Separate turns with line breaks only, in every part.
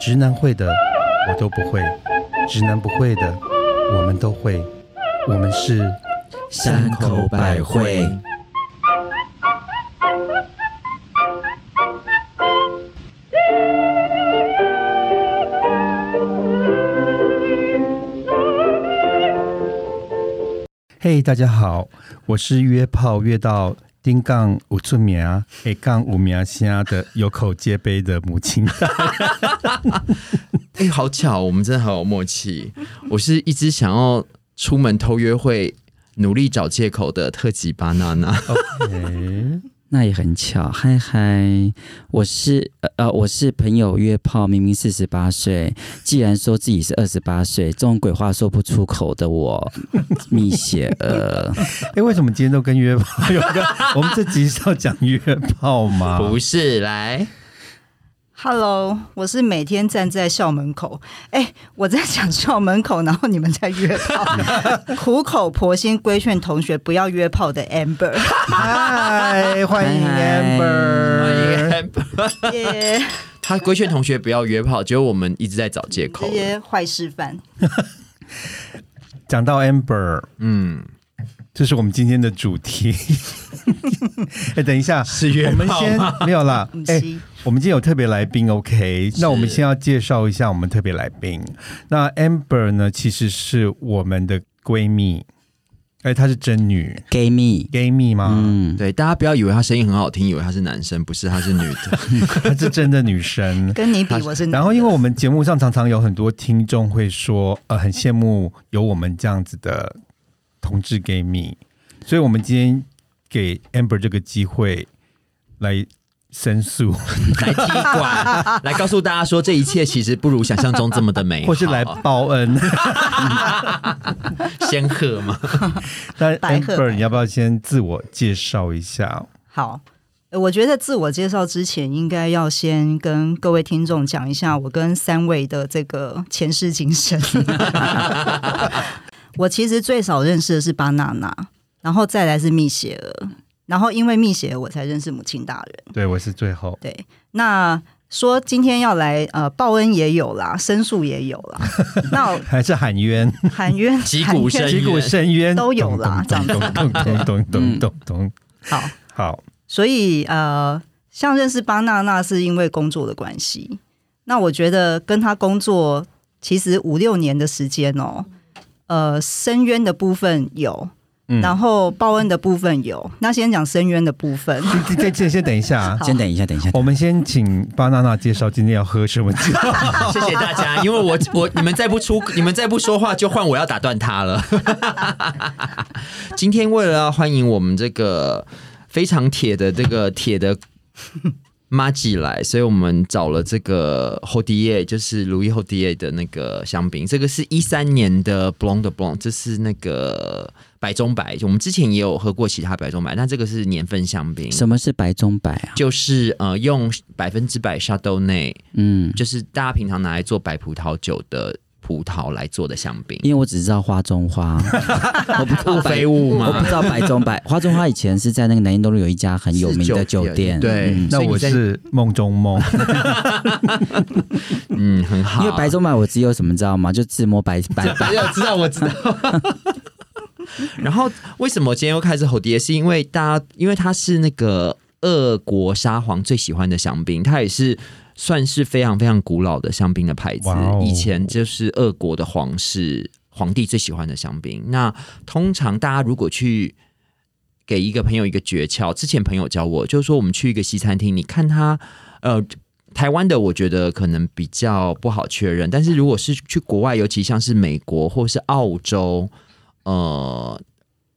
直男会的我都不会，直男不会的我们都会，我们是
山口百惠。
嘿大家好，我是约炮约到丁杠五寸名啊，黑杠五名虾的有口皆碑的母亲。
哎、好巧，我们真的好有默契。我是一直想要出门偷约会，努力找借口的特级巴娜娜。
OK，
那也很巧，嗨嗨，我是呃呃，我是朋友约炮，明明四十八岁，既然说自己是二十八岁，这种鬼话说不出口的我，蜜雪儿，
哎、为什么今天都跟约炮有关？我们这集是要讲约炮吗？
不是，来，
Hello，我是每天站在校门口。哎、我在讲校门口，然后你们在约炮，苦口婆心规劝同学不要约炮的 Amber。
嗨，欢迎
嗨
Amber。
耶
呃他规劝同学不要约炮，结果我们一直在找借
这
口。
些坏示范，
讲到 Amber，
嗯，
这是我们今天的主 题。哎、等一下，
是约
我们
炮
先
吗？
没有啦
不。
哎、
是
我们今天有特别来宾，OK？那我们先要介绍一下我们特别来宾。那 Amber 呢，其实是我们的闺蜜，哎，她是真女
给蜜，
gay 蜜吗？
嗯，
对，大家不要以为他声音很好听，以为他是男生，不是，他是女 的。
她是真的女生。
跟你比，我是
然后，因为我们节目上常常有很多听众会说，呃，很羡慕有我们这样子的同志 gay 蜜，所以我们今天给 Amber 这个机会来申诉，
来踢馆，来告诉大家说，这一切其实不如想象中这么的美好。
或是来报恩。
仙鹤吗？
但
白鹤
Amber，
白
你要不要先自我介绍一下？
好。呃我觉得自我介绍之前，应该要先跟各位听众讲一下我跟三位的这个前世今生。我其实最少认识的是巴娜娜，然后再来是蜜雪儿，然后因为蜜雪儿我才认识母亲大人。
对我是最后，
对，那说今天要来呃报恩也有啦，申诉也有啦，那我
还是喊冤，
喊冤
击
喊
鼓声
冤
击鼓深渊
都有啦
咚咚咚咚咚咚咚咚。
好，
好，
所以呃，像认识巴娜娜是因为工作的关系，那我觉得跟他工作其实五六年的时间哦，呃，深渊的部分有，
嗯
然后报恩的部分有，那先讲深渊的部分。
这这先等一下啊，
先等一下，等一下，
我们先请巴娜娜介绍今天要喝什么酒。
谢谢大家，因为我我你们再不出， 你们再不说话，就换我要打断他了。 今天为了要欢迎我们这个非常铁的这个铁的妈吉来，所以我们找了这个 h o d i e 就是如意 h o d i e 的那个香槟，这个是一三年的 Blonde de Blonde，这是那个白中白，我们之前也有喝过其他白中白，但这个是年份香槟。
什么是白中白啊？
就是呃，用百分之百沙豆内，
嗯，
就是大家平常拿来做白葡萄酒的葡萄来做的香槟，
因为我只知道花 中花，我不知道
物
白
非。物
我不
嘛
知。道白中白，花中花以前是在那个南京东路有一家很有名的酒店，
对
嗯
那
所以你
我
在
是梦中梦，
嗯，很好。
因为白中白我只有什么知道吗？就自摸白白白，
我知道，我知道。 然后为什么今天又开始吼爹？是因为大家，因为它是那个俄国沙皇最喜欢的香槟，它也是算是非常非常古老的香槟的牌子。
哇哦
以前就是俄国的皇室皇帝最喜欢的香槟。那通常大家如果去给一个朋友一个诀窍，之前朋友教我，就是说我们去一个西餐厅，你看他，呃。台湾的我觉得可能比较不好确认，但是如果是去国外，尤其像是美国或是澳洲，呃，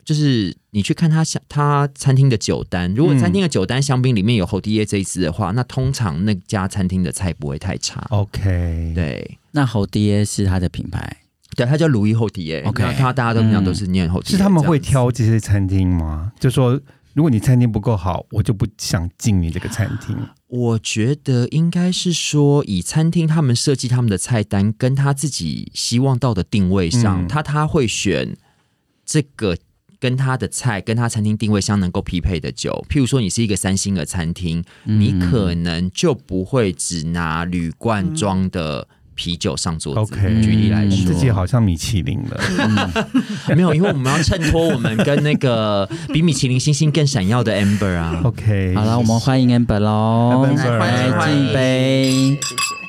就是你去看他香他餐厅的酒单，
嗯
如果餐厅的酒单香槟里面有侯迪耶这一支的话，那通常那家餐厅的菜不会太差。
哦 OK，
对
那侯爹是他的品牌，
对，他叫卢伊侯迪耶。
OK
那他大家都讲都是念侯迪耶、
嗯是他们会
这样子
挑这些餐厅吗？就说如果你餐厅不够好，我就不想进你这个餐厅。
我觉得应该是说，以餐厅他们设计他们的菜单，跟他自己希望到的定位上，
嗯
他他会选这个跟他的菜、跟他餐厅定位相能够匹配的酒。譬如说，你是一个三星的餐厅，
嗯
嗯
你可能就不会只拿铝罐装的啤酒上桌子。
OK
举例来
我
哎说，
们自己好像米其林了，
没有，因为我们要衬托我们跟那 个比米其林星星更闪耀的 Amber 啊。
OK，
好了，我们欢迎 Amber 喽，
欢迎 Amber
来
哎欢迎
敬杯。
谢谢。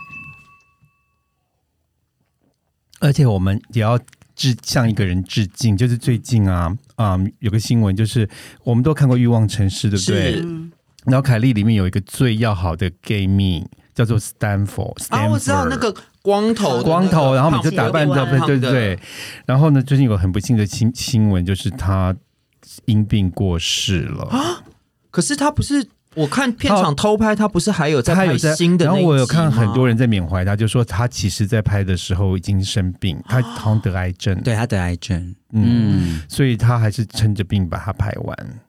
而且我们也要致向一个人致敬，就是最近啊啊、嗯有个新闻，就是我们都看过《欲望城市》，对不对
是？
嗯，
然后凯莉里面有一个最要好的 gay 蜜，叫做 Stanford，, Stanford
啊，我知道那个光头的那个
光头，然后每次打扮
胖
照
胖的
片，对对对。然后呢，最近有很不幸的新新闻，就是他因病过世
啊
了。
可是他不是，我看片场偷拍，他不是还有在
他有
拍
在
新，的
然
那
后
一
我有
集
看很多
吗
人在缅怀他，就说他其实在拍的时候已经生病，他
啊
好像得癌症，
对他得癌症，
嗯，
嗯，
所以他还是撑着病把它拍完。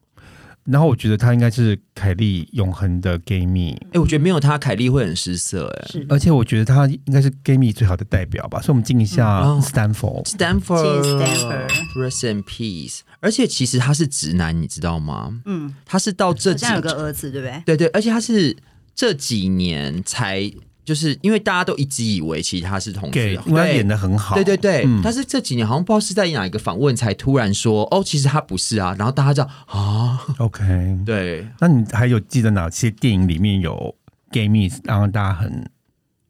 然后我觉得他应该是凯莉永恒的 gay 蜜，
哎、我觉得没有他，凯莉会很失色、哎
是
而且我觉得他应该是 gay 蜜最好的代表吧，所以我们敬一下
嗯哦
Stanford。
Stanford,
Cheers, Stanford
rest in peace。而且其实他是直男，你知道吗？
嗯，
他是到这
好
几
像有个儿子，对不对？
对对，而且他是这几年才，就是因为大家都一直以为其实他是同志
gay，，
啊
因为他
对
演的很好，
对对对，
嗯
但是这几年好像不知道是在哪一个访问才突然说，哦，其实他不是啊，然后大家知道啊，
，OK，
对，
那你还有记得哪些电影里面有 gay 蜜让大家很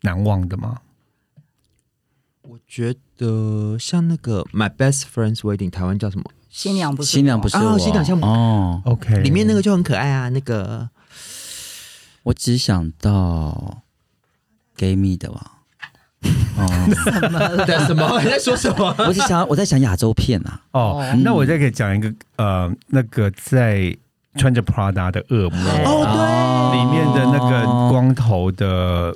难忘的吗？
我觉得像那个《My Best Friend's Wedding》，台湾叫什么？
新娘不是我，
嗯新娘不是
啊
我，
新娘像
哦，
OK，
里面那个就很可爱啊，那 个
我只想到 gay 蜜的啊吧。
对什 么你在说什么？
我只想我在想亚洲片啊，
哦，那我再给讲一个呃，那个在穿着 Prada 的恶魔、
哦，
里面的那个光头的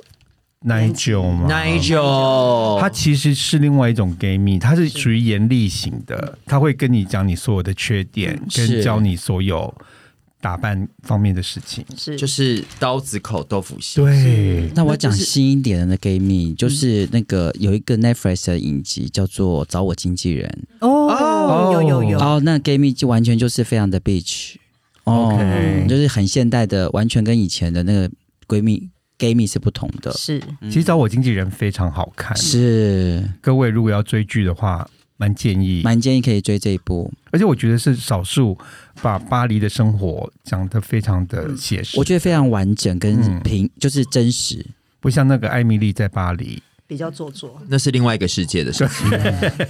Nigel
对
吗
，Nigel，
他其实是另外一种 gay 蜜，他是属于严厉型的，他会跟你讲你所有的缺点，跟
是
教你所有打扮方面的事情。
是
就是刀子口豆腐心。
对，
那我讲新一点的那 gay 蜜，就是那个有一个 Netflix 的影集叫做《找我经纪人
哦，有有》，有，
哦，那 gay 蜜就完全就是非常的 bitch，哦
OK
就是很现代的，完全跟以前的那个闺蜜 gay 蜜是不同的，
是
其实找我经纪人非常好看，
嗯是
各位如果要追剧的话，蛮建议。
蛮建议可以追这一部。
而且我觉得是少数把巴黎的生活讲得非常的
嗯
写实，
我觉得非常完整
嗯
跟平，就是真实。
不像那个艾米丽在巴黎，
比较做作。
那是另外一个世界的事情，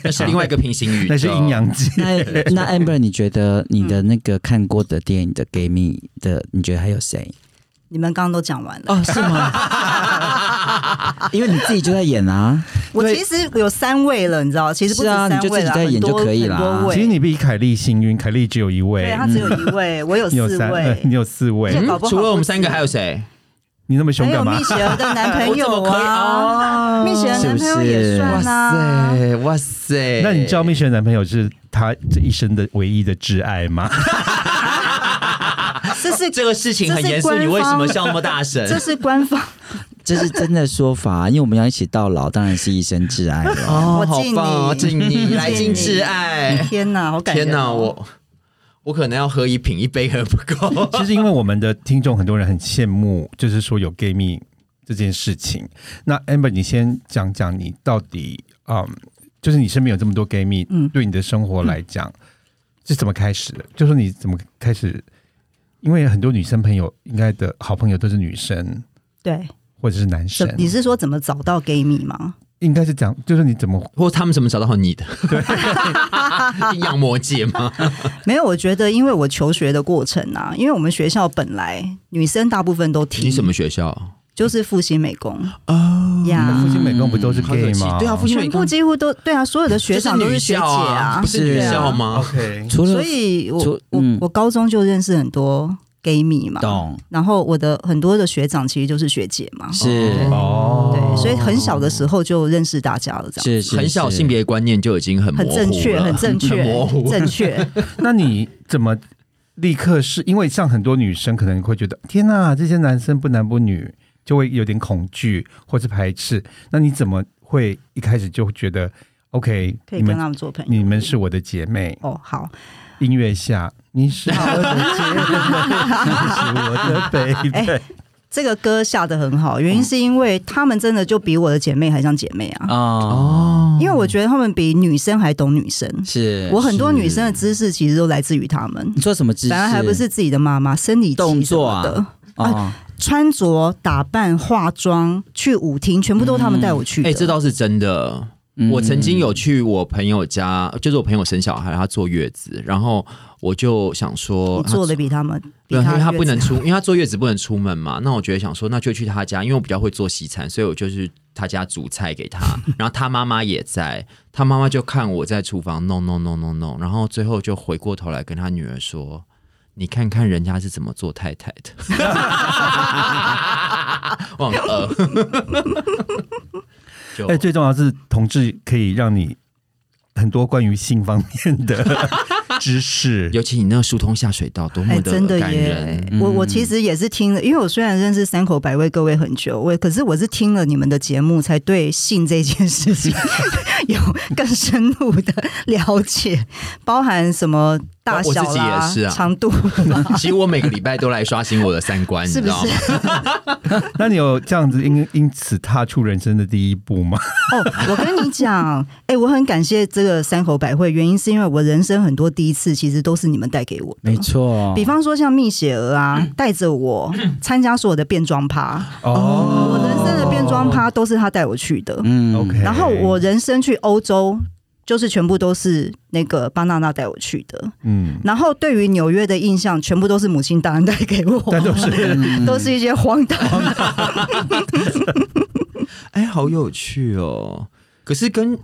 那是另外一个平行宇宙，
那是阴阳界。
那那 Amber，你觉得你的那个看过的电影的 gay 蜜的，你觉得还有谁？
你们刚刚都讲完了，
哦，是吗？ 因为你自己就在演啊，
我其实有三位了，你知道，其实不止
是啊
三位
你就自
了，
己在演
很多
就可以啦
很多位
其实你比凯莉幸运，凯莉只有一
对
位，
他只有一位，我有
你有
四
三， 呃
位，
你有四位
嗯，搞不好
除了我们三个还有谁？
你那么凶
还有
干嘛
蜜？雪儿的男朋 友
我怎么可以
啊，
哦
蜜雪儿男朋友也算啊，
塞，哦哇塞！
那你知道蜜雪的男朋友是她这一生的唯一的挚爱吗？
这是
这个事情很严肃，
这
你
是官方
为什么笑那么大声？
这是官方，
这是真的说法，因为我们要一起到老，当然是一生挚爱了。
哦，
我
好
敬你
棒哦！敬你，来敬挚爱。
天哪，好感人哦
天哪，我我可能要喝一瓶，一杯喝不 够。
其实因为我们的听众很多人很羡慕，就是说有 gay 蜜这件事情。那 Amber，你先讲讲你到底，嗯，就是你身边有这么多 gay 蜜，
嗯
对你的生活来讲、是怎么开始的？就是你怎么开始？因为很多女生朋友应该的好朋友都是女生
对，
或者是男生
怎，你是说怎么找到 gay 蜜吗？
应该是讲，就是你怎么
或他们怎么找到你的？阴阳魔界吗？
没有，我觉得因为我求学的过程啊，因为我们学校本来女生大部分都挺
你什么学校？
就是复兴美工
哦，
呀
父。亲美工不都是
好可
gay
惜
吗？
对啊，复兴美
哦全部
工
几乎都对啊，所有的学长都
女
是学姐
校啊，
啊
不，是女
是啊
校吗？
OK，
除了
所以我
除
我
嗯
我高中就认识很多 gay 蜜嘛，
懂
然后我的很多的学长其实就是学姐嘛，
是
哦，
对，所以很小的时候就认识大家了，这样
是是
很小性别观念就已经很模
很
糊
正确，
了
很正 确，
很模糊。
正确，
那你怎么立刻是因为像很多女生可能会觉得天哪、这些男生不男不女，就会有点恐惧或是排斥。那你怎么会一开始就觉得 OK？
可以
你
跟
们
他们做朋友。
你们是我的姐妹，
哦，好，
音乐下，你是我的姐妹，你是 我的
哎
baby，
这个歌下的很好，
哦
原因是因为她们真的就比我的姐妹还像姐妹啊，
哦，
因为我觉得她们比女生还懂女生。
是
我很多女生的知识其实都来自于她们，
你做什么姿势？
反而还不是自己的妈妈，生理期
动作啊
什么的。
哦，
穿着、打扮、化妆、去舞厅，全部都是他们带我去的。
哎、这倒是真的。
嗯
我曾经有去我朋友家，就是我朋友生小孩，他坐月子，然后我就想说，
你做的比他们，比
对，因
他
为他不能
月子
出，因为他坐月子不能出门嘛。那我觉得想说，那就去他家，因为我比较会做西餐，所以我就去他家煮菜给 他。然后他妈妈也在，他妈妈就看我在厨房弄弄弄弄弄，然后最后就回过头来跟他女儿说：“你看看人家是怎么做太太的。” 忘 了。就
哎，最重要是同志可以让你很多关于性方面的知 识。
尤其你那个疏通下水道，多么
哎，真的
感
耶
人！！嗯
我我其实也是听了，因为我虽然认识三口百味各位很久，我可是我是听了你们的节目，才对性这件 事情有更深入的了解，包含什么大
我
小
自己
啦、
也是啊
长度啦
其实我每个礼拜都来刷新我的三观，
是
你
不
知道
是
吗？？
那你有这样子因因此踏出人生的第一步吗？
哦，我跟你讲，哎、我很感谢这个三口百惠，原因是因为我人生很多第一次，其实都是你们带给我的
没。错，
比方说像蜜雪儿啊，带着我参加所有的变装趴，
哦
我人生的变装趴都是他带我去的。
嗯
，OK。
然后我，人生去欧洲，就是全部都是那个巴娜娜带我去的。
嗯，
然后对于纽约的印象，全部都是母亲大人带给我，
但都是
都是一些荒唐。
哎，好有趣哦！可是跟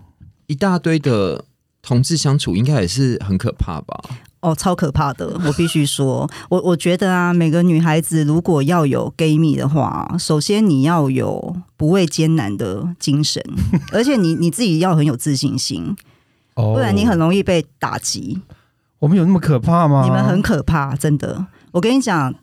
一大堆的同志相处，应该也是很可怕吧？
哦，超可怕的！我必须说，我我觉得啊，每个女孩子如果要有 gay 蜜的话，首先你要有不畏艰难的精神， 而且你你自己要很有自信心，
不
不然
哦
你很容易被打击。
我们有那么可怕
啊
吗？
你们很可怕，真的。我跟你讲，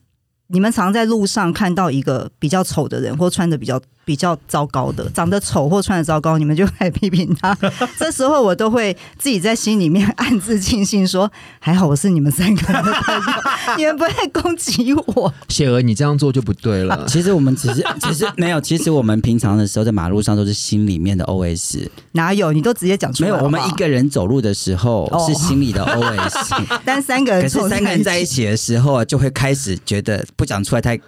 你们常在路上看到一个比较丑的人，或穿的比较比较糟糕 的，长得丑或穿的糟糕，你们就来批评他。这时候我都会自己在心里面暗自庆幸说，还好我是你们三个人的朋 友，你们不会攻击我。
雪儿，你这样做就不对 了。
其实我们只是，其实没有，其实我们平常的时候在马路上都是心里面的 OS，
哪有？你都直接讲出
没
来
有，我们一
个
个人走路的时候
哦哎
是心里的 OS，
但三个
可
人
是
凑
三个人在一，起的时候啊，就会开始觉得不讲出来太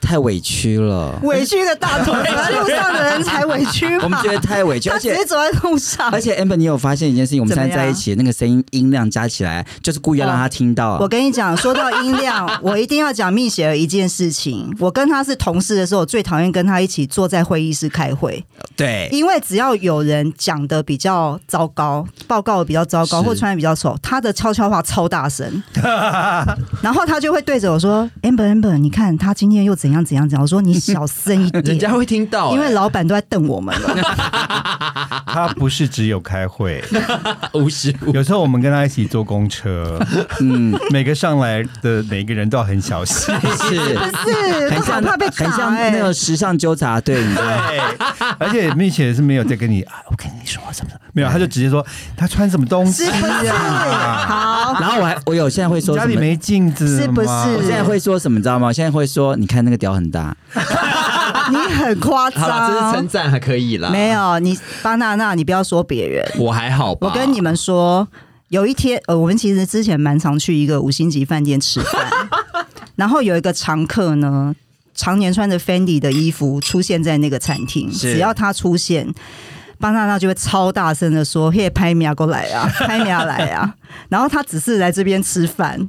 太委屈了，
委屈的大 头，路上的人才委屈嘛。
我们觉得太委屈，
他
而
直
且
接走在路上，
而且 Amber，你有发现一件事情，我们
怎么
现在在一起，那个声音音量加起来，就是故意要让他听到。
我跟你讲，说到音 量，我一定要讲蜜雪儿一件事情。我跟她是同事的时候，我最讨厌跟她一起坐在会议室开会，
对，
因为只要有人讲的比较糟糕，报告得比较糟糕，
是
或穿的比较丑，她的悄悄话超 大声，然后她就会对着我说：“amber amber，你看她今天又怎样怎样怎样。”我说：“你小 声一
人
点
家。会听”
欸
到、欸
因为老板都在瞪我们了，
他不是只有开 会，
哎无时无
有时候我们跟他一起坐公车，嗯，每个上来的每个人都要很小心。
是
是
很
都
像
很怕被
很
打
像
哎、
那个时尚纠察队，你知道吗？
对，而且蜜雪是没有在跟你啊，我跟你说什么什么，没有，他就直接说他穿什么东西
是不是？
啊，
好，
然后我还我有现在会说
家
什
里
么？
没镜子
是不
吗
是
我现在会说什么，你知道吗？我现在会说，你看那个屌很大，
你很夸张。
好了，这是称赞还可以
啊
啦。
没，有，你巴娜娜，你不要说别人。
我还好吧。
我跟你们说，有一天，呃，我们其实之前蛮常去一个五星级饭店吃 饭，然后有一个常客呢，常年穿着 Fendi 的衣服出现在那个餐厅，
是
只要他出现。巴娜娜就会超大声的说：“嘿，拍米亚过来 啊，拍米亚来啊！” 然后他只是来这边吃饭，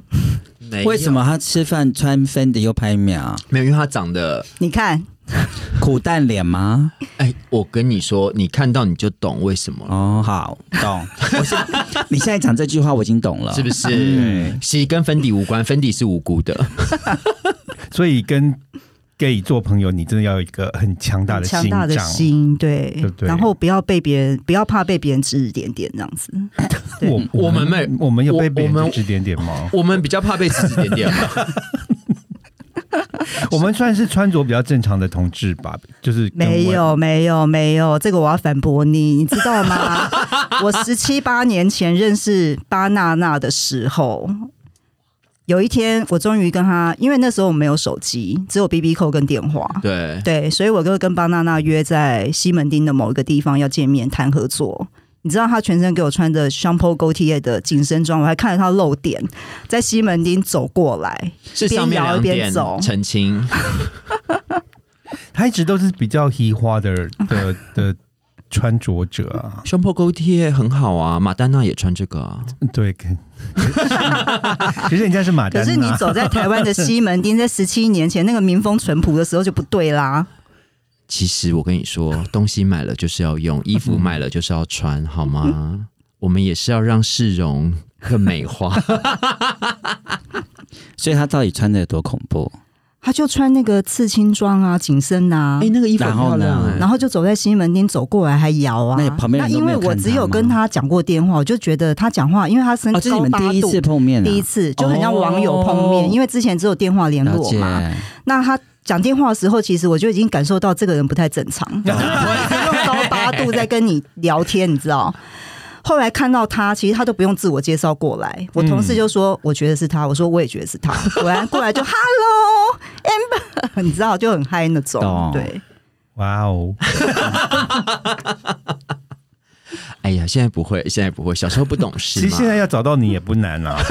没有
为什么他吃饭穿 Fendi 又拍秒？
没有？因为他长得……
你看，
苦蛋脸吗？
哎，我跟你说，你看到你就懂为什么了，
哦，好懂。我现你现在讲这句话我已经
哦
懂了，
是不是？
哎
其实跟芬迪无关，芬迪是无辜 的。
所以跟 gay 做朋友，你真的要有一个很强大的
强大的
心脏。
心，对，
对不对
然后不要被别人，不要怕被别人指指点点，这样子。对
我
我们没
嗯我们有被
我
别
我
人
们
指指点点吗？
我们比较怕被指指点点 嘛。
我们算是穿着比较正常的同志吧，就是跟我
没有没有没有，这个我要反驳你，你知道吗？我十七八年前认识巴娜娜的时候，有一天我终于跟她，因为那时候我没有手机，只有 B B 扣跟电话，
对，
对，所以我就跟巴娜娜约在西门町的某一个地方要见面谈合作。你知道她全身给我穿着 s h a m p o Gaultier 的紧身装，我还看着她露点在西门町走过来。
是上面两
边
点
摇边走
澄 清，
他一直都是比较嘻花的的的穿着者啊，
胸破勾贴很好啊，马丹娜也穿这个啊，
对，可 可是人家是马
可
丹
是你
娜，
走在台湾的西门町，在十七年前那个民风淳朴的时候就不对啦。
其实我跟你说，东西买了就是要用，衣服买了就是要穿，好吗？我们也是要让市容更美化。
所以他到底穿的有多恐怖？
她就穿那个刺青装啊，紧身啊
哎、，那个衣服很
然后
漂
呢
亮、哎
然后就走在西门町走过来还摇啊。
那你旁边人都
因
没
为
有
我
看
只
她
有
吗
跟她讲过电话，我就觉得她讲话，因为她身
哦，
高
这是你们
八
第一
度
次碰面、啊，
第一次就很像网友碰
哦
面，因为之前只有电话联
了
络
解，
嘛。那他讲电话的时候，其实我就已经感受到这个人不太正常，我用高八度在跟你聊天，你知道。后来看到他，其实他都不用自我介绍过来。我同事就说：“
嗯
我觉得是他。”我说：“我也觉得是他。”果然过来就 “Hello Amber”，你知 道就很嗨那种
懂。
对，
哇哦，
哎呀，现在不会，现在不会，小时候不懂事
其实
嘛
现。在要找到你也不难啊。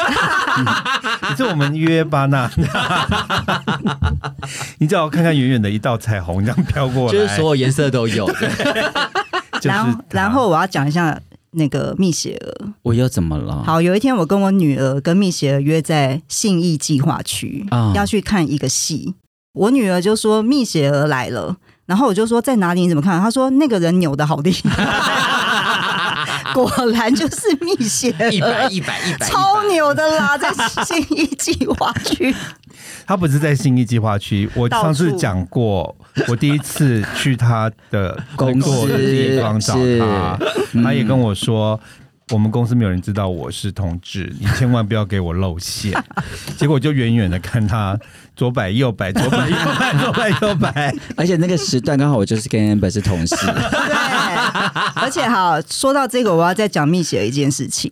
可是我们约巴娜娜， 你只要看看远远的一道彩虹这样飘过来，
就是所有颜色都有，
就是
然后
她
然后我要讲一下那个蜜雪儿。
我又怎么
啊
了？
好，有一天我跟我女儿跟蜜雪儿约在信义计划区、
啊
要去看一个戏，我女儿就说蜜雪儿来了，然后我就说在哪里？你怎么看？她说那个人扭的好厉 害，果然就是蜜雪
一
儿。
百一百一百，
超牛的啦，在信义计划区，
他不是在新义计划区，我
到处
上次讲 过，我第一次去他的工
公司
作的地方找他，他也跟我说。我们公司没有人知道我是同志，你千万不要给我露 馅。结果我就远远的看他左摆右摆，左摆右摆，左摆右 摆。
而且那个时段刚好我就是跟 Amber 是同事，
对。而且哈，说到这个，我要再讲蜜雪儿一件事情，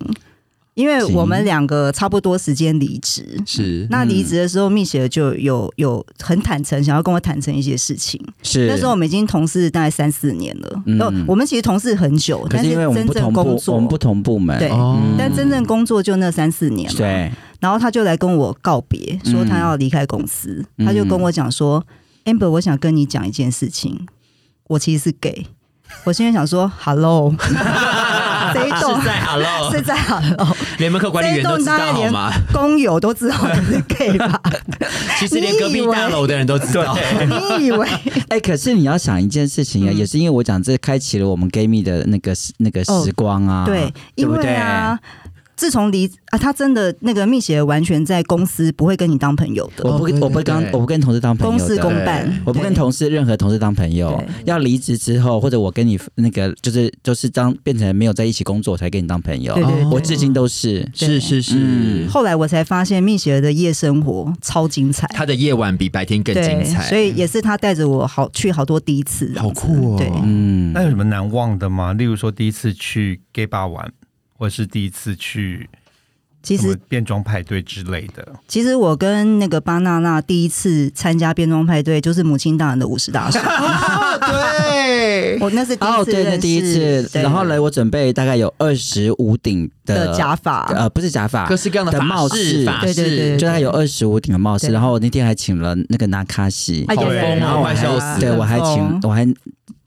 因为我们
请
两个差不多时间离职，
是
那
嗯
离职的时候，蜜雪儿就有有很坦诚，想要跟我坦诚一些事情。
是
那时候我们已经同事大概三四年了，
嗯
哦，我们其实同事很久，
可
但
是因为我们
真
不
正
同
工
部，我们不
作
同部门，
对，
哦
但真正工作就那三四年嘛。
对，
然后他就来跟我告别，说他要离开公司，
嗯
他就跟我讲说、a m b e r 我想跟你讲一件事情，我其实是 gay，我心里想说，Hello，谁 懂
啊是？在
哦
Hello
是在 Hello，
联门口管理员都知道好吗？
工友都知道我是 gay 吧？
其实连隔壁大楼的人都知道，
你以为？
哎、可是你要想一件事情啊，
嗯
也是因为我讲这开启了我们 gay 蜜的那个时那个
哦
时光啊，
对，因
不
为
对
啊，自从离啊，他真的那个蜜雪儿完全在公司不会跟你当朋友的，
我不
哦
跟我不
对对
跟
对
我不跟同事当朋
公
友
事
的，
公
对
办，
我不跟
对
同事任何同事当朋友
对。
要离职之后，或者我跟你那个就是就是当变成没有在一起工作，我才跟你当朋友。
对哦对对
哦我至今都是
是是是
嗯，
后来我才发现蜜雪儿的夜生活超精彩，
他的夜晚比白天更精
对，
彩，
所以也是他带着我好去好多第一次，
好酷哦
对，
嗯
哎
那有什么难忘的吗？例如说第一次去 gay bar 玩，或是第一次去
其
什么
实
变装派对之类的。
其实我跟那个巴娜娜第一次参加变装派对，就是母亲大人的五十大寿，
对，
我那是第一
哦，
次
对，
认
那
识，
第一次，
对
然后呢，我准备大概有二十五顶
的假发，
呃，不是假发
各，式各样的
的
法
帽
式
式
法
对对对
式
对，
就大概有二十五顶的帽式。
对
然后我那天还请了那个纳卡西，
哎
好
对
疯哦
然后我
快
还
笑死
对我还请
很
我还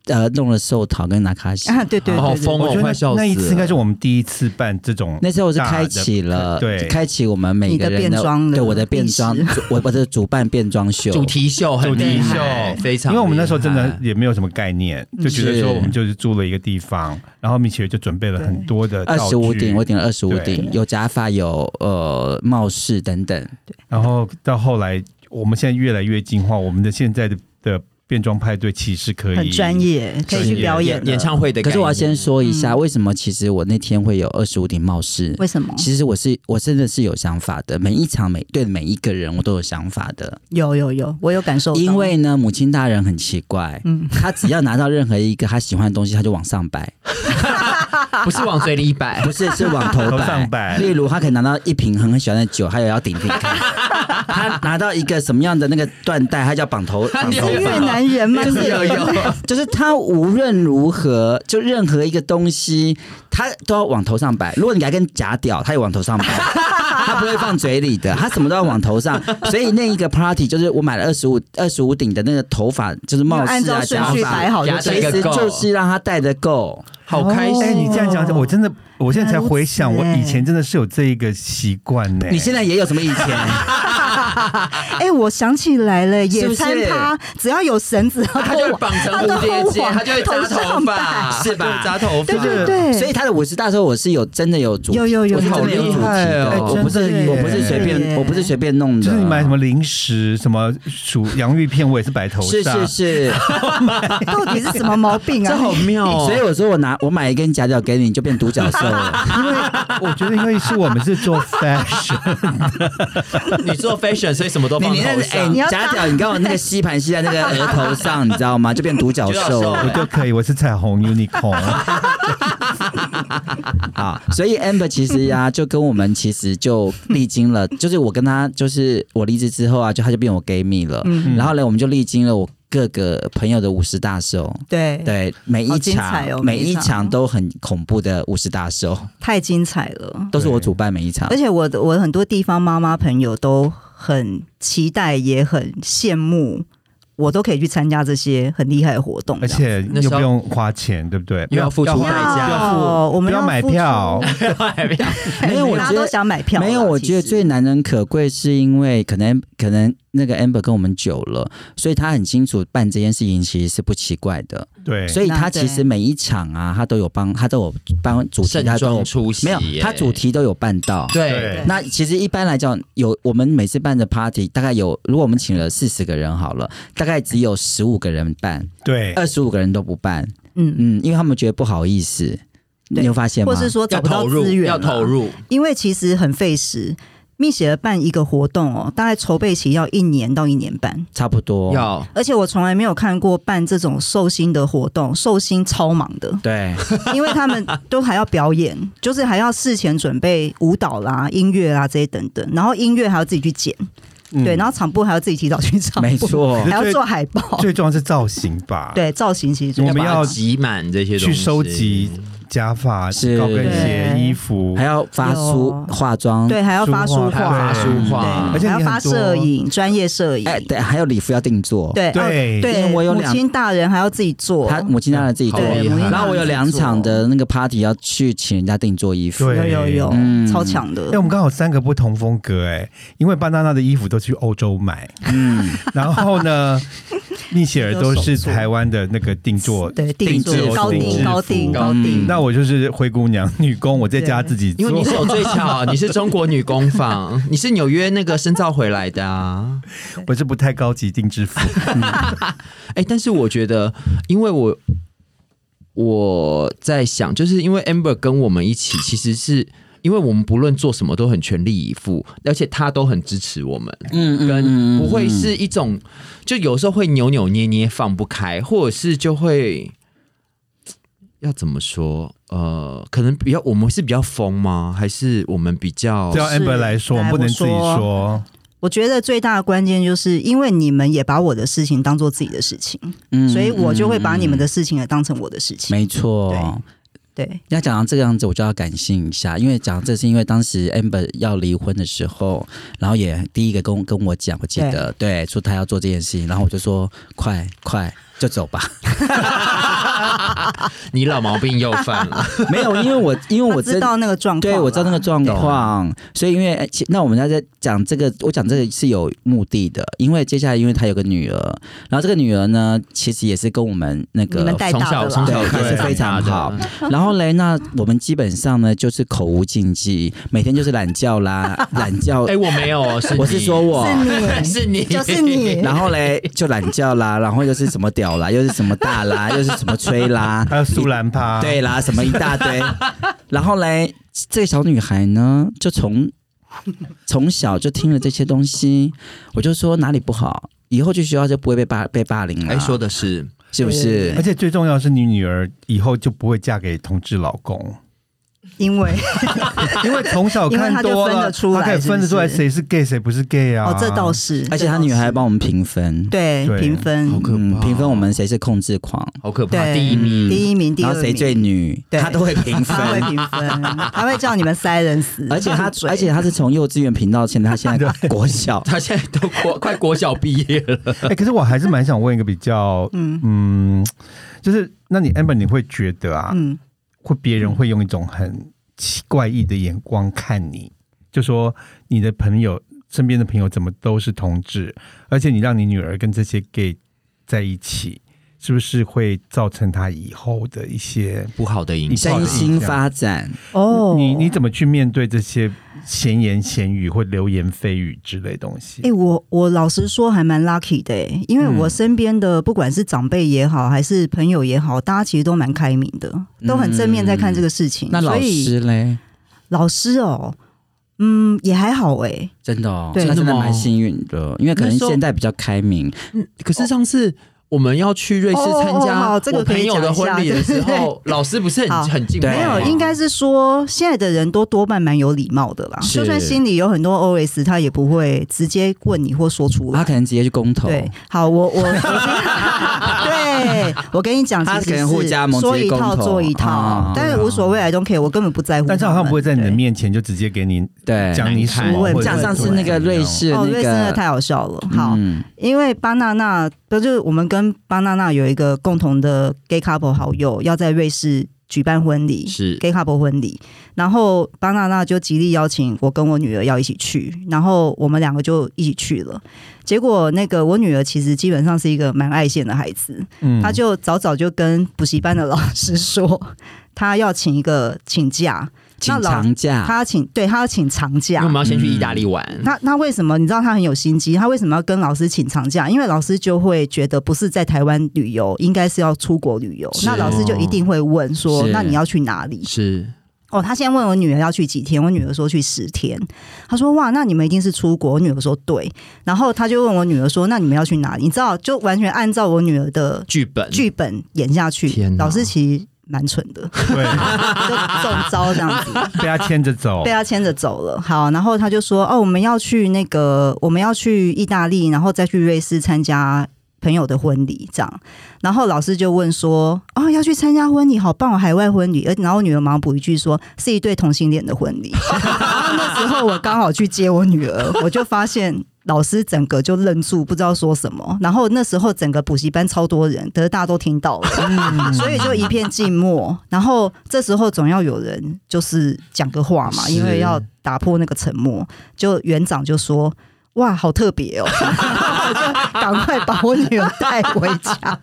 呃弄了寿桃跟纳卡西。
啊，对对对
好
对对
疯哦
我，觉
快
得
笑死
那
了！
一次应该是我们第一次办这种
那时候我是
大的
开启了，
对
开启我们每个人
你的变装的
对我的变装
历，
我我的主办变装秀，
主题秀很
主
厉
题秀
害，非常
因
厉害，
为我们那时候真的也没有什么概念，就觉得说我们就是住了一个地方，然后米奇就准备了很多的
二
道
十五
具
顶，我顶了二十五
对
顶，有假发，有呃帽饰等等。
然后到后来，我们现在越来越进化，我们的现在的的变装派对其实可以
很专，业，可以去表演
演演
了
唱会的概
可
念，
是我要先说一下，
嗯
为什么其实我那天会有二十五顶帽饰？
为什么？
其实我是我真的是有想法的，每一场每对每一个人我都有想法的，
有有有，我有感受到，
因为呢，母亲大人很奇怪，
嗯，
他只要拿到任何一个他喜欢的东西，他就往上摆。
不是往嘴里摆
不。是，是往头
头
摆
上。摆
例如，他可以拿到一瓶很很喜欢的酒，他也要顶顶 看。他拿到一个什么样的那个缎带，他叫绑头绑头
是
有
越
发。
南人吗？
真的有
是
有，
就是他无论如何，就任何一个东西，他都要往头上摆。如果你给他跟假屌，他也往头 上摆，他不会放嘴里的，他什么都要往头上。所以那一个 party 就是我买了二十五二十五顶的那个头发，就是帽
按
饰
照
啊、
顺
假
序摆
发，
好就
夹带
其
一
对
个
了。
实就是让他戴的够。
好开
哎、
心。
你这样讲，我真的，我现在才回想，
原
我
来如此
以前真的是有这一个习惯呢。
你现在也有什么以前？
哎，我想起来了，
是不
野
是
餐趴只要有绳子，
他就会绑成蝴蝶结，他就会扎头发，
是吧
他就会扎头
对
发，
对对，
所以他的五十大寿，我是有真的有主题
有有有
我是
有
真的有主题
好厉害
的，
哦
我不
哎真
是
的耶
我不是随
真的耶
便我不是随便弄的，
就是你买什么零食，什么薯洋芋片，我也是摆头
是
上。
是是，
到底是什么毛病
这
啊？
好妙哦。
所以我说我拿我买一根夹脚给你，你就变独角兽了。
因为我觉得，因为是我们是做 fashion，
你做 fashion，所以什么都
你
放
你那
头
个哎，
上
你。
要
夹
搭
脚，你刚我那个吸盘吸在那个额头上，你知道吗？就变独角
独角
兽
兽
我就可以，我是彩虹 unicorn。
啊！所以 Amber 其实呀、就跟我们其实就历经了，就是我跟他，就是我离职之后啊，就他就变我闺蜜了。
嗯，
然后呢，我们就历经了我各个朋友的五十大寿。
对，
对，每
好
一
精
场、
彩哦
每
每
一
一
场
场
都很恐怖的五十大寿，
太精彩了。
都是我主办每一场
而。且我的我很多地方妈妈朋友都很期待，也很羡慕，我都可以去参加这些很厉害的活动。
而且
那时
又
候
不用花钱，对不对？
又要付出
要
这
花
样
代价
要付
要我们
不要买
付出
票，
没有我
大
觉
家
得
都想买票啦，
没有，我觉得
其实
啊最难能可贵是因为可能可能那个 Amber 跟我们久了，所以他很清楚办这件事情其实是不奇怪的，
对，
所以他
那对
其实每一场啊，他都有帮，他都有帮主题，
盛
他都
装
有
出席
没
耶，
有，他主题都有办到。
对
对，
那其实一般来讲，有我们每次办的 party 大概有，如果我们请了四十个人好了，大概只有十五个人办，
对，
呃
二十五个人都不办。
嗯，
嗯，因为他们觉得不好意思，
对
你有发现吗？
或是说找
要
不到
投入
资，源，
要投，入，
因为其实很费时。蜜雪儿办一个活动哦，大概筹备期要一年到一年半，
差不多，
要
而且我从来没有看过办这种寿星的活动，寿星超忙的。
对，
因为他们都还要表演，就是还要事前准备舞蹈啦、音乐啦这些等等，然后音乐还要自己去剪，
嗯
对，然后场部还要自己提早去 场部，
没，错
可。是
还要
最
做海报，
最重要是造型吧？，
对，造型其实最
我们
把它
要
集满这些东
去
西，
收集假发、
是
高跟鞋、
对
衣服
还，要发出
有
化妆，
对，还要发
书画
书画，
还有发书画
嗯而
对，
且你
还要发
很多
摄影，专业摄影，
哎，对，还有礼服要定做，，
对
对
哦
因为
对，
我有
母
两
亲大人还要自己做，
他母亲让他自己做
好。
对，
厉害
母亲大人
然后我有两场的那个 party 要去请人家定做衣服，
对
自己 做，有有有，
嗯
超强
哎、我
的，
们刚好三个不同风格哎、因为巴娜娜的衣服都去欧洲买，
嗯，
然后呢，蜜雪儿都是台湾的那个定做。
对，定
制
制
服
高
定制
定高定
服
高定，
那我就是灰姑娘女工，我在家自己
因
做
为。你手最巧，你是中国女工坊，你是纽约那个深造回来的啊。
我是不太高级定制服，
哎，但是我觉得，因为我我在想，就是因为 Amber 跟我们一起，其实是因为我们不论做什么都很全力以赴，而且她都很支持我们。
嗯嗯
跟
嗯
不会
嗯
是一种，就有时候会扭扭捏捏放不开，或者是就会要怎么说？呃，可能比较我们是比较疯吗？还是我们比较
只
啊
要 Amber 来说，我们不能自己
来我
说。
我觉得最大的关键就是因为你们也把我的事情当做自己的事情，
嗯
所以我就会把你们
的
的事情也当成我的事情。
没错
对。对，
要讲到这个样子，我就要感性一下，因为讲这是因为当时 Amber 要离婚的时候，然后也第一个跟跟我讲，我记得对说她要做这件事情，然后我就说快快就走吧，
你老毛病又犯了？
没有，因为我因为
我
我
知
真。
道那个状况，
对，我知道那个。状况，所以因为其那我们在这讲这个，我讲这个是有目的的，因为接下来因为她有个女儿，然后这个女儿呢，其实也是跟我们那个
你们带
从小
大的啦
从小
对
看
也是
长
非常
大的
好然后嘞，那我们基本上呢就是口无禁忌，每天就是懒觉 啦，懒觉
哎、，我没有哦，是
我是
你
说我。
是你，
是你，
就是你。
然后嘞，就懒觉啦，然后又是什么屌啦，又是什么大啦，又是什么吹啦，
还有苏兰趴，
对啦，什么一大堆。然后嘞，这个小女孩呢，就从从小就听了这些东西，我就说哪里不好，以后去学校就不会被霸被霸凌了。
哎，说的是
是不
对对
是
而？且最重要是，你女儿以后就不会嫁给同志老公，
因为
因为从小
因为
看
他就
多
分得
了，
出来
他可以分得出来
是不是
谁是 gay 谁不是 gay 啊。
哦，这倒是，
而且他
这倒是
女孩还帮我们评分，嗯
对
对
评分
好可怕
评分我们谁是控制狂，
好可怕，
对
第一名，
第一名，第
然
二
后谁
名，
最女，
对
他都会评分
他。会评分，他会叫你们塞人死，
而且他
闭，嘴
而且他是从幼稚园评到现在，他现在国 小，
他现在都国快国小毕业了，
哎、可是我还是蛮想问一个比较，嗯就是那你 Amber 你会觉得啊，
嗯，
会别人会用一种很奇怪异的眼光看你，就说你的朋友身边的朋友怎么都是同志，而且你让你女儿跟这些 gay 在一起，是不是会造成她以后的一些？
不好的影响
你
身。心发展，
哦，
你你怎么去面对这些闲言闲语或流言蜚语之类的东西
哎、？我我老实说还蛮 lucky 的、欸，因为
嗯
我身边的不管是长辈也好，还是朋友也好，大家其实都蛮开明的，都很正面在看这个事情。
嗯那
所
老
以
师嘞，
老师哦，嗯，也还好哎、
真的哦，
对
那真
真
的
的吗
蛮幸运的，因为可能
那时候
现在比较开明，
可是上次我们要去瑞士参
哦哦哦
加
好这个
我
可
朋
以
友的
讲一
婚
下
礼的时
对对
候，老师不是
好
很很敬
对
没有，
吗
应该是说现在的人都多半蛮有礼貌的啦，
是
就算心里有很多 OS，他也不会直接问你或说出
他
来。
可能直接去公投，
对，好，我 我我对我跟你讲，
他
其实
可能互加盟
是说
直接
一
公
套
投
做一套，
啊
但是无所谓，I don't care，我根本不在乎们。
但是好像不会在你的
对
面前就直接给你
对，
讲你什
不
么，
会
或者
不
像
会
上次
不
那个瑞士
哦，
那
瑞士那个
个，
太好笑了。好，
嗯
因为巴娜娜不就是我们跟巴娜娜有一个共同的 gay couple 好友，要在瑞士举办婚礼，
是
gay couple 婚礼。然后巴娜娜就极力邀请我跟我女儿要一起去，然后我们两个就一起去了。结果那个我女儿其实基本上是一个蛮爱现的孩子，
嗯
她就早早就跟补习班的老师说， 她要请一个请假，
请
那老
长假，
她要请对，她要请长
因
假
为我。们要先去意大利玩，
他他为什么？你知道他很有心机，他为什么要跟老师请长假？因为老师就会觉得不是在台湾旅游，应该是要出国旅游。
是
那老师就一定会问说
是：“
那你要去哪里
是？”
哦，他先问我女儿要去几天，我女儿说去十天。他说：“哇，那你们一定是出国。”我女儿说：“对。”然后他就问我女儿说：“那你们要去哪里？”你知道，就完全按照我女儿的
剧本
剧本演下去
天。哪
老师其实蛮蠢的，
对
就中招这样子。
被他牵着走
被。他牵着走了。好，然后他就说：“哦，我们要去那个，我们要去意大利，然后再去瑞士参加朋友的婚礼，这样。”然后老师就问说：“哦，要去参加婚礼，好棒哦，海外婚礼。”而然后我女儿忙补一句说：“是一对同性恋的婚礼。”然后那时候我刚好去接我女儿，我就发现。老师整个就愣住，不知道说什么。然后那时候整个补习班超多人，可是大家都听到了，
嗯
所以就一片静默。然后这时候总要有人就是讲个话嘛，
是
因为要打破那个沉默。就园长就说：“哇，好特别哦！” 就赶快把我女儿带回家。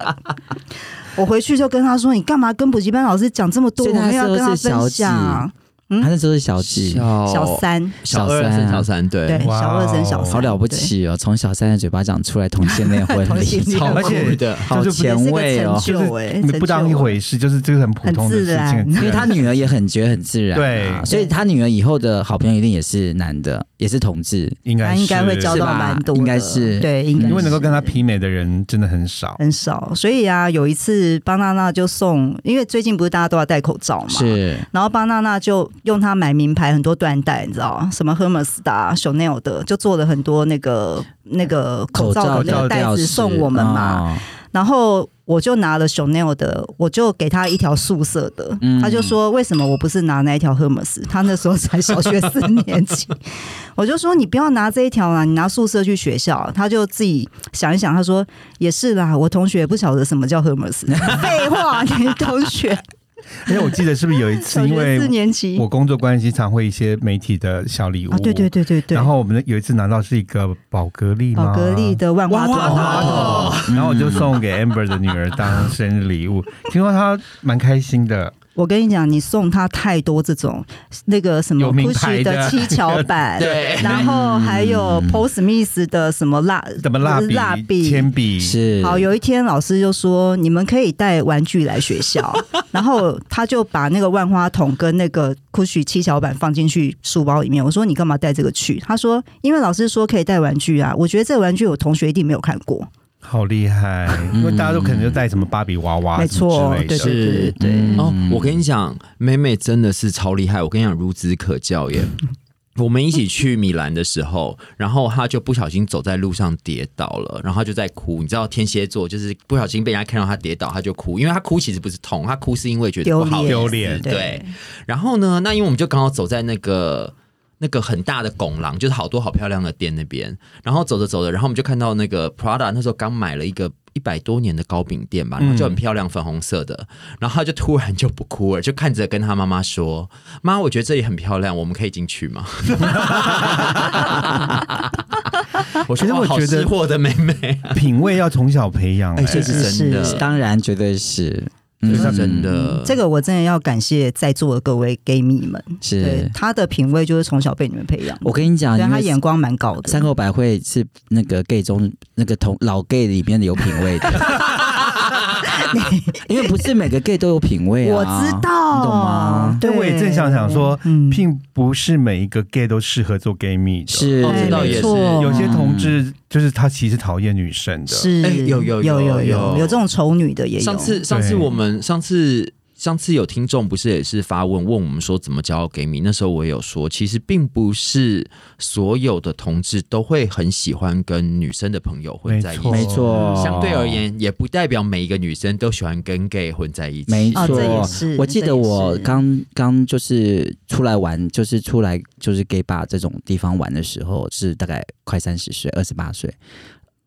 我回去就跟他说：“你干嘛跟补习班老师讲这么多？
所以
我
她
们要跟他
是小
分
几
享。嗯
他那时候是小几，
哦
小三，
小
小
二
三
升小三，
对，
对，
哇哦
小二升小三，
好了不
对。
起哦，从小三的嘴巴讲出来同性恋婚
同性
礼，
恋
超
而且
酷的，
好
就是不
前卫哦，
就
这是个成
是
就欸
你不当一回事，就是这个很普通的事情，
很自然
很自然
因为他女儿也很觉得很自然啊、
对
所以他女儿以后的好朋友一定也是男的，也是同志，
应
他
该
应该会
教
交
是
到
吧
蛮多的，
应该是
对，应该
因为能够
是
跟他媲美的人真的很 少。
很少，所以啊，有一次巴娜娜就送，因为最近不是大家都要戴口罩嘛，
是
然后巴娜娜就用它买名牌很多缎带，你知道吗什么 Hermes 的、啊、Chanel 的，就做了很多那个那个口
罩
罩的那啊
调
个袋
调
子
式
送我们嘛。
哦
然后我就拿了 Chanel 的，我就给他一条素色的，
嗯
他就说为什么我不是拿那一条 Hermes？他那时候才小学四年级， 我就说你不要拿这一条啦，你拿素色去学校。他就自己想一想，他说也是啦，我同学也不晓得什么叫 Hermes，废 话，你同学
因为我记得是不是有一 次，
小
因
学四
为
年级
我工作关系，常会一些媒体的小礼物。
啊，对对。对对对，
然后我们有一次拿到是一个宝格丽吗，
宝格丽的万花筒，啊
万花筒
然后我就送给 Amber 的女儿当生日礼 物，听说她蛮开心的。
我跟你讲，你送她太多这种那个什么
有名牌
Gucci
的
的七巧 板，
对
然后还有 Paul Smith 的什么蜡，
怎么蜡笔、
蜡笔。
铅笔？
是
好，有一天老师就说你们可以带玩具来 学校，然后他就把那个万花筒跟那个 Gucci 七巧板放进去书包里面。我说你干嘛带这个去？他说因为老师说可以带玩具啊，我觉得这个玩具我同学一定没有看过。
好厉害！因为大家都可能就带什么芭比娃娃
嗯没
什么
错
之类，
对
的，嗯
对对
是
对对，
哦，我跟你讲，妹妹真的是超厉害，我跟你讲，孺子可教耶。我们一起去米兰的时候，然后她就不小心走在路上跌倒了，然后她就在哭。你知道天蝎座就是不小心被人家看到她跌倒，她就哭，因为她哭其实不是痛，她哭是因为觉得
丢
不好意
脸
思
丢脸
对，然后呢，那因为我们就刚好走在那个那个很大的拱廊，就是好多好漂亮的店那边。然后走着走着，然后我们就看到那个 Prada 那时候刚买了一个一百多年的糕饼店吧，然后就很漂亮，粉红色的。然后他就突然就不哭了，就看着跟他妈妈说：“妈，我觉得这里很漂亮，我们可以进去吗？”我
其
说
实：“我
哇好
觉得
识货的妹妹，
品味要从小培养、
哎，
哎
这是真
是
的，
当然绝对是，
这
嗯
是真的，
这个我真的要感谢在座的各位 gay 迷们，
嗯
对
是。
他的品味就是从小被你们培养的，
我跟你讲，
对
因
他
为
眼光蛮高的
山。口百惠是那个 gay 中那个同老 gay 里面的有品味 的，因为不是每个 gay 都有品味啊，
我知道，
你懂吗？
但我也正想想说，
嗯
并不是每一个 gay 都适合做 gay 蜜的，
是
哦这倒也
没
是
错
有些同志就是他其实讨厌女生的，
是
哎有有有
有有
有
有这种丑女的也有。
上次上次我们上次上次有听众不是也是发问问我们说怎么交给你？那时候我也有说，其实并不是所有的同志都会很喜欢跟女生的朋友混在一
没
没
起。
错，
相对而，言，也不代表每一个女生都喜欢跟 gay 混在一起。
没
哦，这也
错。
是，
我记
这
得
也
我
是
刚刚就是出来玩，就是出来就是 gay bar 这种地方玩的时候，是大概快三十岁，二十八岁。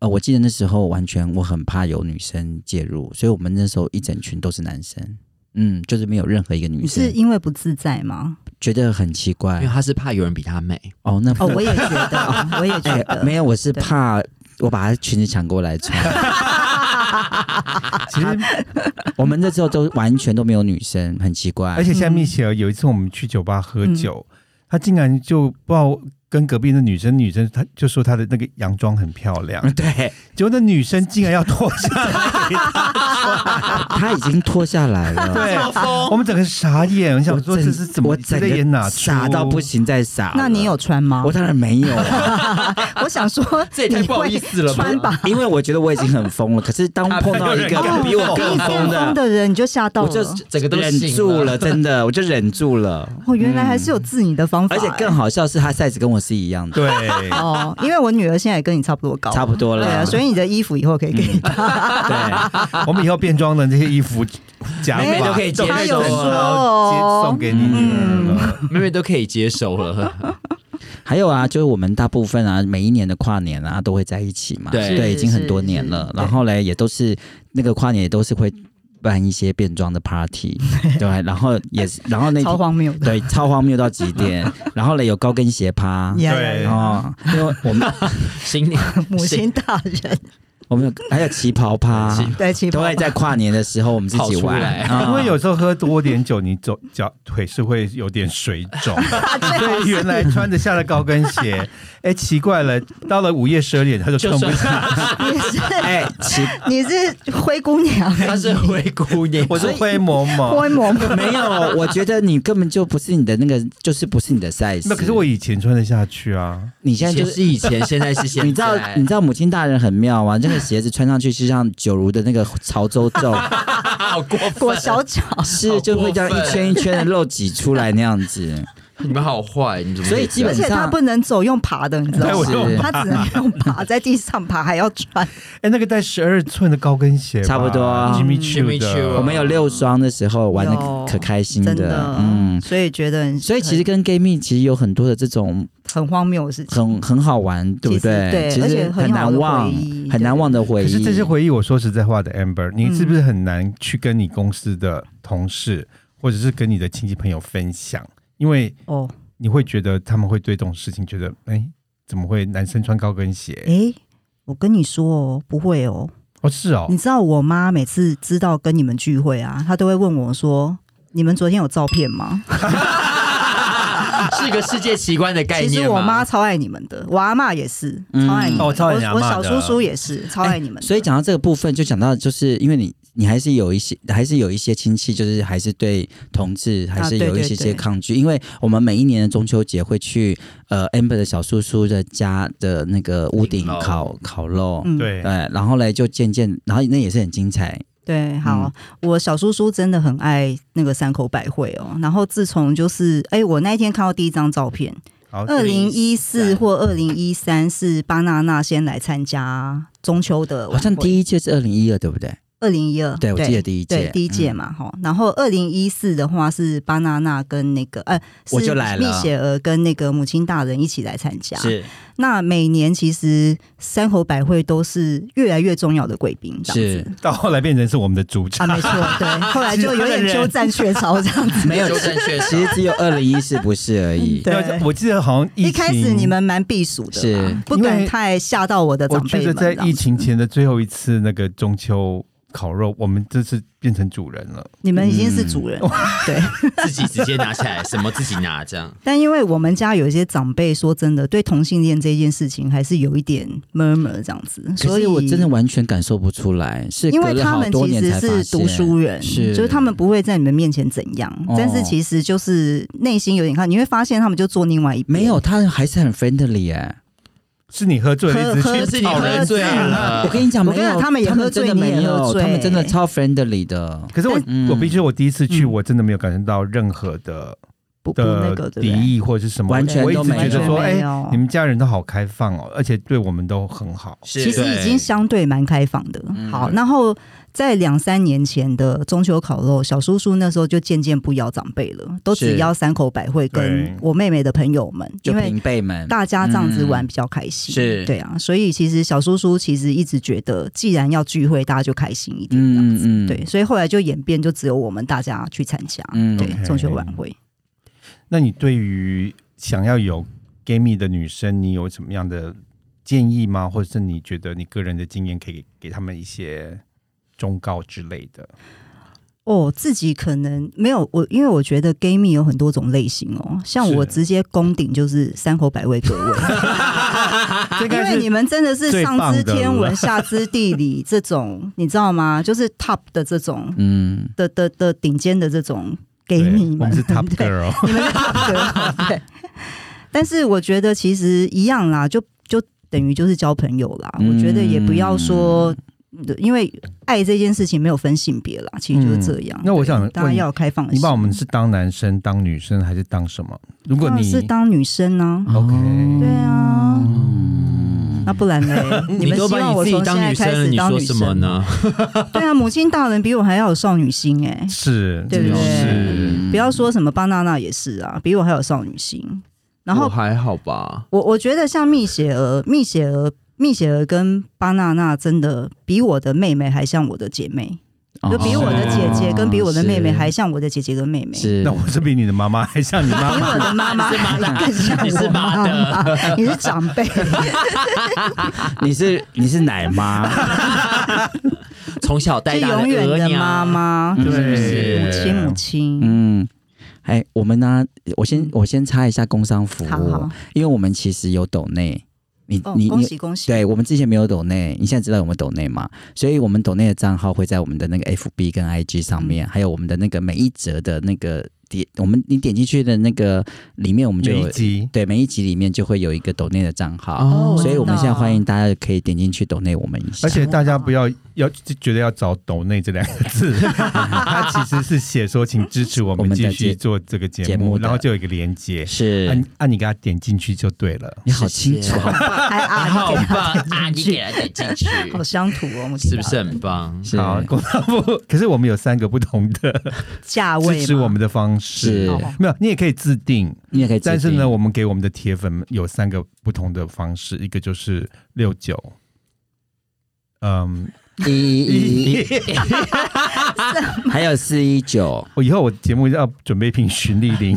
呃，我记得那时候完全我很怕有女生介入，所以我们那时候一整群都是男生，嗯，就是没有任何一个女
你是
生，
因为不自在吗？
觉得很奇
因为
怪。
她是怕有人比她 美。
哦，那
哦，我也觉 得，我也觉
哎、
得
没有，我是
对
怕我把她裙子抢过来 穿。
其实
啊
我们那时候都完全都没有女生，很奇怪。
哎
而且像蜜雪儿有一次我们去酒吧喝酒，
嗯
她竟然就不知道跟隔壁的女生，女生她就说她的那个洋装很漂亮，
对，
结果那女生竟然要脱下来给她，
她已经脱下来 了。
对， 我们整个傻眼，我想说
整
这是怎么
我整
这也哪
个傻到不行，再傻。
那你？有穿吗
我？当然没有、啊，
我想说，
这也太不好意思了吧
穿吧。
因为我觉得我已经很疯了。可是当碰到 一个
哦
比我更疯
变
的，
的人你就吓到
我
了，
就
整个都
忍
醒
住
了
了，真的，我就忍住了。
哦，原来还是有治你的方法
嗯而
欸，
且更好笑是，他 size 跟我是一样的，
对，
哦，因为我女儿现在也跟你差不多高，
差不多
对
了。嗯
啊，所以你的衣服以后可以给你。
对，
我们以后变装的那些衣服假
妹妹
发
都可以接受
可以
她有说
接
哦
送给你女儿了。
妹妹都可以接受了，
还有啊，就是我们大部分啊，每一年的跨年啊，都会在一起嘛。
对
对，已经很多
是
年
是
了。
对
然后嘞，也都是那个跨年也都是会办一些变装的 party，对，然后也是，然后那
超荒谬的。
对，超荒谬到极点。然后嘞，有高跟鞋趴。
呀呀
对
呀
哦，因为我们
新年
母亲大人
我们有还有旗袍趴，
对，起
都会在跨年的时候我们自己
跑出
玩
来，
啊
因为有时候喝多点酒，你走脚腿是会有点水 肿，所以原来穿得下的高跟鞋， 哎、奇怪了，到了午夜十二点，它就穿不下。
你是
哎，旗
你是灰姑娘，
她是灰姑娘，
我是灰嬷嬷，
哦
灰嬷嬷，
没有，我觉得你根本就不是你的那个，就是不是你的 size。
那可是我，以前穿得下去啊，
你
以
现在
前
就是
以前，现在是现在。
你知道，你知道母亲大人很妙啊！这个鞋子穿上去是像九如的那个潮州 皱，
好过分，
裹小脚，
是就会这样一圈一圈的肉挤出来那样 子。
你们好坏，你们怎么
所
可
以
这
基
样
而
本
且她不能走，用爬的，你知道
对我
吗
用？
她只能用爬，在地上爬，还要 穿。
哎、那个带十二寸的高跟鞋吧，
差不多啊
Jimmy
Jimmy
Choo
Choo
的
我，们有六双的时候玩的
有
可开心
真
的，嗯，
所以觉得很，
所以其实跟 gay 蜜其实有很多的这种
很荒谬的事情。
很很好玩，对不对？
对
其
而
实
且很
很
好
难
的
忘
回忆，
很难忘的回忆。
可是这些回忆，我说实在话的，Amber，你是不
嗯
是很难去跟你公司的同事，或者是跟你的亲戚朋友分享？因为
哦，
你会觉得他们会对这种事情觉得，哎、怎么会男生穿高跟鞋？
诶，我跟你说哦，不会哦，
哦，是哦
你，知道我妈每次知道跟你们聚会啊，她都会问我说：“你们昨天有照片吗？”
是个世界奇观的概
其
念
实我
吗
妈超爱你们的，我阿妈也是
嗯
超爱你们的，
哦超爱你阿
我我
嬷
小
的
叔叔也是超爱你们的、
所以讲到这个部分，就讲到就是因为你，你还是有一些，还是有一些亲戚，就是还是对同志还是
啊对
有一
对
些
对
些抗拒。因为我们每一年的中秋节会去呃 Amber 的小叔叔的家的那个屋顶
顶楼
烤烤肉，
嗯
对
对，然后嘞就渐渐，然后那也是很精彩，
对，好，
嗯
我小叔叔真的很爱那个山口百惠哦。然后自从就是，哎，我那一天看到第一张照片，
好，
二零一四
2013
或二零一三是巴娜娜先来参加中秋的晚哦会，
好像第一届是二零一二，对不对？
二零一二，
对，我记得第一
对
届，
第一届
嗯，
嘛，哈、然后二零一四的话是巴娜娜跟那个呃，是
我就来了
蜜雪儿跟那个母亲大人一起来参加。
是
那每年其实山口百惠都是越来越重要的贵宾，这样
是
子。
到后来变成是我们的主场
啊，。没错，对，后来就有点鸠占鹊巢这样子。，
没有
纠正确
其
实
实只有二零一四不是而已
对
要我记得好像疫情
一开始你们蛮避暑的啦，
是
不
因
敢
为
太吓到我的
我
长
觉
辈
得
们。啊
在
这样
疫情前的最后一次那个中秋烤肉，我们这次变成主人了。
你们已经
嗯
是主 人了，对。
自己直接拿起来，什么自己拿这 样。
但因为我们家有一些长辈，说真的，对同性恋这件事情还是有一点 murmur 这样子，
可
所以
是我真的。完全感受不出来，是
因
隔
为
了
他
好
们
多
其
年
实
才发
是读
现
书人，
是
就是他们不会在你们面前怎样，
哦
但是其实就是内心有点看，你会发现他们就坐另外一边。
没有，他还是很 friendly 哎、
是你喝醉了，一直
喝
去
喝
是你喝醉了，
我跟你讲，
啊我
没
跟你
有，
讲他们也喝醉
真的
你也
没
喝
有，
醉
他们真的超 friendly 的。
可是我
嗯
我必须说，我第一次去，我真的没有感受到任何的
不不嗯那个
的
对
敌
不对？
意或者是什么，
完全
我一
都
直
没有
觉得说，
完全
哎
没有，
你们家人都好开放哦，而且对我们都很好。
是
其实已经相对蛮开放的。好，然后在两三年前的中秋烤肉，小叔叔那时候就渐渐不邀长辈了，都只
是
邀三口百惠跟
对
我妹妹的朋友们，
就
因为
平辈们，
大家这样子玩比较开
嗯
心，
是
对啊，所以其实小叔叔其实一直觉得，既然要聚会，大家就开心一点，这样
嗯
子，
嗯嗯，
对，所以后来就演变，就只有我们大家去参加，
嗯
对
OK
中秋晚会。
那你对于想要有 gay 蜜的女生，你有什么样的建议吗？或者是你觉得你个人的经验可以给他们一些忠告之类的？
哦，自己可能没有我，因为我觉得 gay 蜜有很多种类型哦，像
是
我直接攻顶就是三口百味 各位，
啊
这
因
该
为你
是
们真的是
最棒
上
的
知天 文
了
下知地理这种，你知道吗？就是 top 的这种
嗯，
的的的顶尖的这种 gay
对
蜜
我
们
们是 top
对
girl。
你们是 top 哥，对。但是我觉得其实一样啦，就就等于就是交朋友啦。
嗯
我觉得也不要说，嗯因为爱这件事情没有分性别啦，其实就是这样。
嗯那我
对
想
大家
问你
要有开放的
你
心。
把我们是当男生、当女生还是当什么？如果
当然
你
啊是当女生呢、
OK，
对啊，
嗯
那不然嘞？你们
都
希
把
望我
你自己
从现
当
在
女
开
生了，
始
你
当
说
女
什么
生？
呢？
对啊，母亲大人比我还要有少女心哎、
是，
对不对
是
嗯
不要说什么巴娜娜也是啊，比我还有少女心。然后
我还好吧，
我我觉得像蜜雪儿、蜜雪儿、蜜雪儿跟巴娜娜真的比我的妹妹还像我的姐妹，
哦
就比我的姐姐跟比我的妹妹还像我的姐姐跟妹妹。
是
那我是比你的妈妈还像你妈
比
妈
我的妈妈更像
你
我
是
妈
妈的
妈，你是长辈，
你是你是奶妈，
从小带
是
大
永远
额
的
娘
妈，妈，
对
嗯是母亲母亲。
嗯。哎，我们呢？我先我先插一下工商服务，
好好
因为我们其实有抖内，你、
哦，
嗯哦你
恭
你
喜恭喜！
对我们之前没有抖内，你现在知道有没有抖内吗？所以我们抖内的账号会在我们的那个 FB 跟 IG 上
嗯
面，还有我们的那个每一则的那个点，我们你点进去的那个里面，我们就
每
有
一集。
对每一集里面就会有一个抖内的账号，
哦
所以我们现在欢迎
真的啊
大家可以点进去抖内我们一下。
而且大家不要要觉得要找“抖内”这两个 字，它其实是写说请支持我
我
们
们
继
的节
续做这个节
节
目，
目的
然后就有一个连接，
是、
按啊按你给它点进去就对了。
你好清楚，
还
你
啊，
好棒啊！你给他点进去，
好乡土哦，母 亲
是不是很棒？
是
好，公道部，可是我们有三个不同的
价位嘛？
支持我们的方式
是，
哦
没有，你也可以自定，
你也可以自定。
但是呢，我们给我们的铁粉们有三个不同的方式，一个就是六九，嗯，
一一一，还有四一九，
我哦以后我节目要准备一瓶循例灵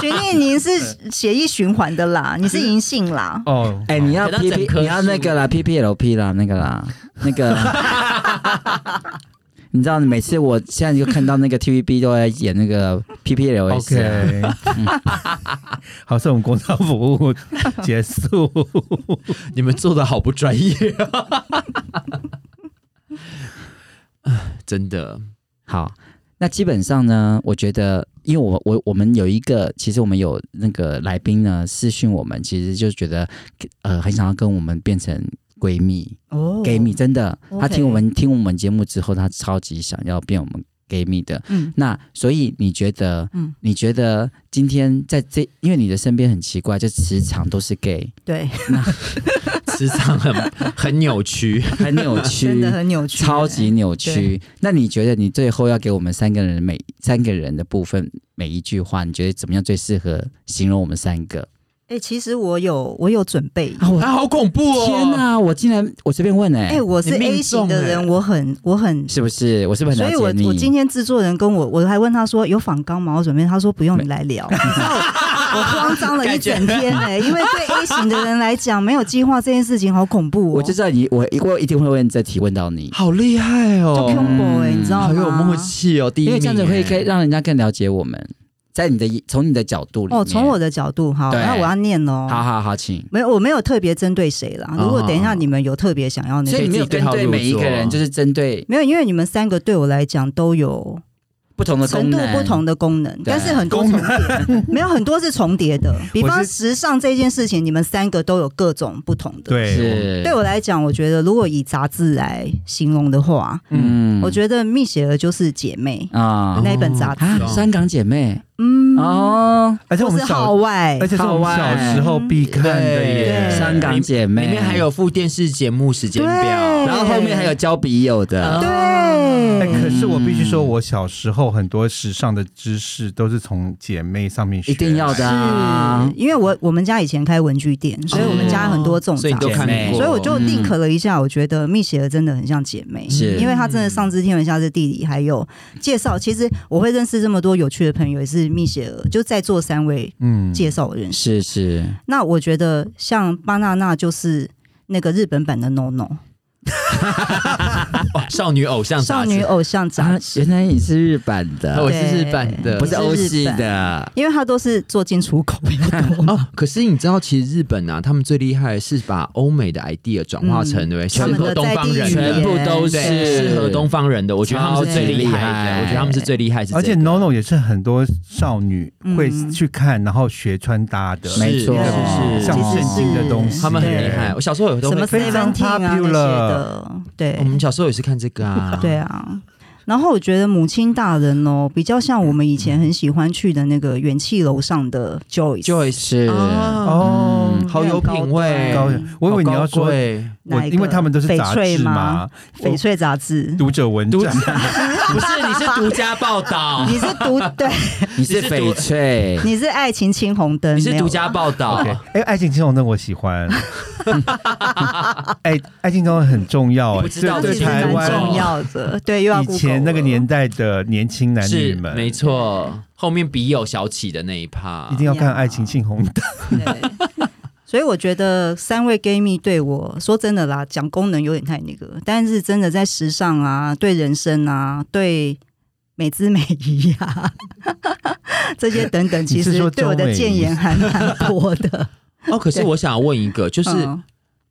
徐丽宁是血液循环的啦，你是银杏啦。
哦，
哎，你要
可能
P
整
P，
棵
你要那个啦，P P L P 啦，那个啦，那个你知道，每次我现在就看到那个 TVB 都在演那个 PPL S，、啊
OK，好，是我们工商服务结束。
你们做的好不专业啊！ 真的，
好，那基本上呢，我觉得，因为我我我们有一个，其实我们有那个来宾呢私讯我们，其实就觉得呃很想要跟我们变成闺蜜、
哦
gay 蜜，真的，
OK
他听我们听我们节目之后，他超级想要变我们 gay 蜜的。
嗯
那所以你觉得，
嗯，
你觉得今天在这，因为你的身边很奇怪，就磁场都是 gay，
对，
磁场很很扭 曲。
很扭曲，
真的很扭曲，
超级扭曲。那你觉得你最后要给我们三个人每三个人的部分每一句话，你觉得怎么样最适合形容我们三个？
哎、其实我有我有准备。
啊，我、
啊，好恐怖哦！
天哪、我竟然我随便问哎、
哎、我是
你命
A 型的
中欸
人，我很我很，
是不是？我是不是
所
很
以
了
我
解你？
我今天制作人跟我，我还问他说有仿纲吗？我准备，他说不用你来聊， 你知道我我慌张了一整天哎、因为对 A 型的人来讲，没有计划这件事情好恐怖哦，
我就知道你，我我一定会问这题问到你，
好厉害
就
哦！
combo 哎、
嗯
你知道吗？
好有默契哦，第一
因
名
为这样子会
耶
可以让人家更了解我们，在你的从你的角度里面
哦，从我的角度，好，
对
那我要念喽。
好好好，请。
没有，我没有特别针对谁啦。
哦
如果等一下你们有特别想要那
所以
个
你没有
可以自己对
针
号
对
入
每一个
座
人，就是针对
没有，因为你们三个对我来讲都有
不同的功
程度
能
不同的功能，但是很多
功
重叠，没有很多是重叠的。比
我
方
是
时尚这件事情，你们三个都有各种不同的。
对，
是
对我来讲，我觉得如果以杂志来形容的话，
嗯
我觉得蜜雪儿就是姐妹
啊
哦
那一本杂志，
啊，香港姐妹
嗯，
哦，
而且我
或
们
是号
小，
外
而，且是我们小时候必看的耶哎
对。
香港姐妹，
里面还，有附电视节目时间
对
表，
然后后面还有交笔友的，
哎，
对，
可是我必须说，我小时候很多时尚的知识都是从姐妹上面学
一定要的啊
是，因为我我们家以前开文具店，所以我们家很多这种
所以
杂
你都
志。
看
姐妹
过，
所以我就
嗯
link 了一下，我觉得蜜雪儿真的很像姐妹，
是
因为她真的上知天文下知地理，还有介绍。其实我会认识这么多有趣的朋友，也是蜜雪儿就在座三位
嗯，
介绍我认
是
识。
是，
那我觉得像巴娜娜就是那个日本版的 No No
哇哦少女偶像
少
杂志
女偶像
啊
杂，志，
原来你是日版
哦
的，
我是日版的，
不是
是
欧系
日本
的，
因为它都是做进出口比较 多
哦，可是你知道，其实日本啊，他们最厉害的是把欧美的 idea 转化成
嗯
对不对
他
适
们
合
的
东
在
方
地
人
语
的，
全部都
言
是
对适合东方人的。我觉得他们是最厉
超级厉
害
害
的，我觉得他们是最厉害是这个，
而且 NONO 也是很多少女会
嗯
去看，然后学穿搭的，
是
没错，
是是
像
其实
圣
是
经的东西，
他们很厉
对
害。我小时候有都
什
会
么
看，
非常
Seventeen 啊那些
popular
的，对，
我们小时候也是看这个啊，
对啊。然后我觉得母亲大人哦，比较像我们以前很喜欢去的那个元气楼上的 Joyce，
，Joyce
是
啊，
哦。
嗯
好有品味
哎高
高端
人，我以为你要
好高
说
贵
我
哪一，个
因为他们都是杂
翡翠
志
吗
嘛，
翡翠杂
我
志，
读者文
读者
章，
不是你是独家报道，
你是独对，
你是翡 翠，
你是爱情青红灯，
你是
没有
独家
啦
报 道
OK，，哎、爱情金融灯我喜 欢。哎、爱情金融很重要、哎，
我知道
对对
这是
台
蛮重
湾
要的，对，又要
以前那个
Google 了
年代的年轻男女
是
们，
没错。后面笔友小起的那一趴
一，定要看《爱情信红灯》。
对，所以我觉得三位 gay 蜜对我说真的啦，讲功能有点太那个，但是真的在时尚啊，对人生啊，对美姿美仪啊 这些等等，
你
其
是说
实对我
周
的
美仪
谏言还蛮多的。
哦，可是
对
我想要问一个，就是
嗯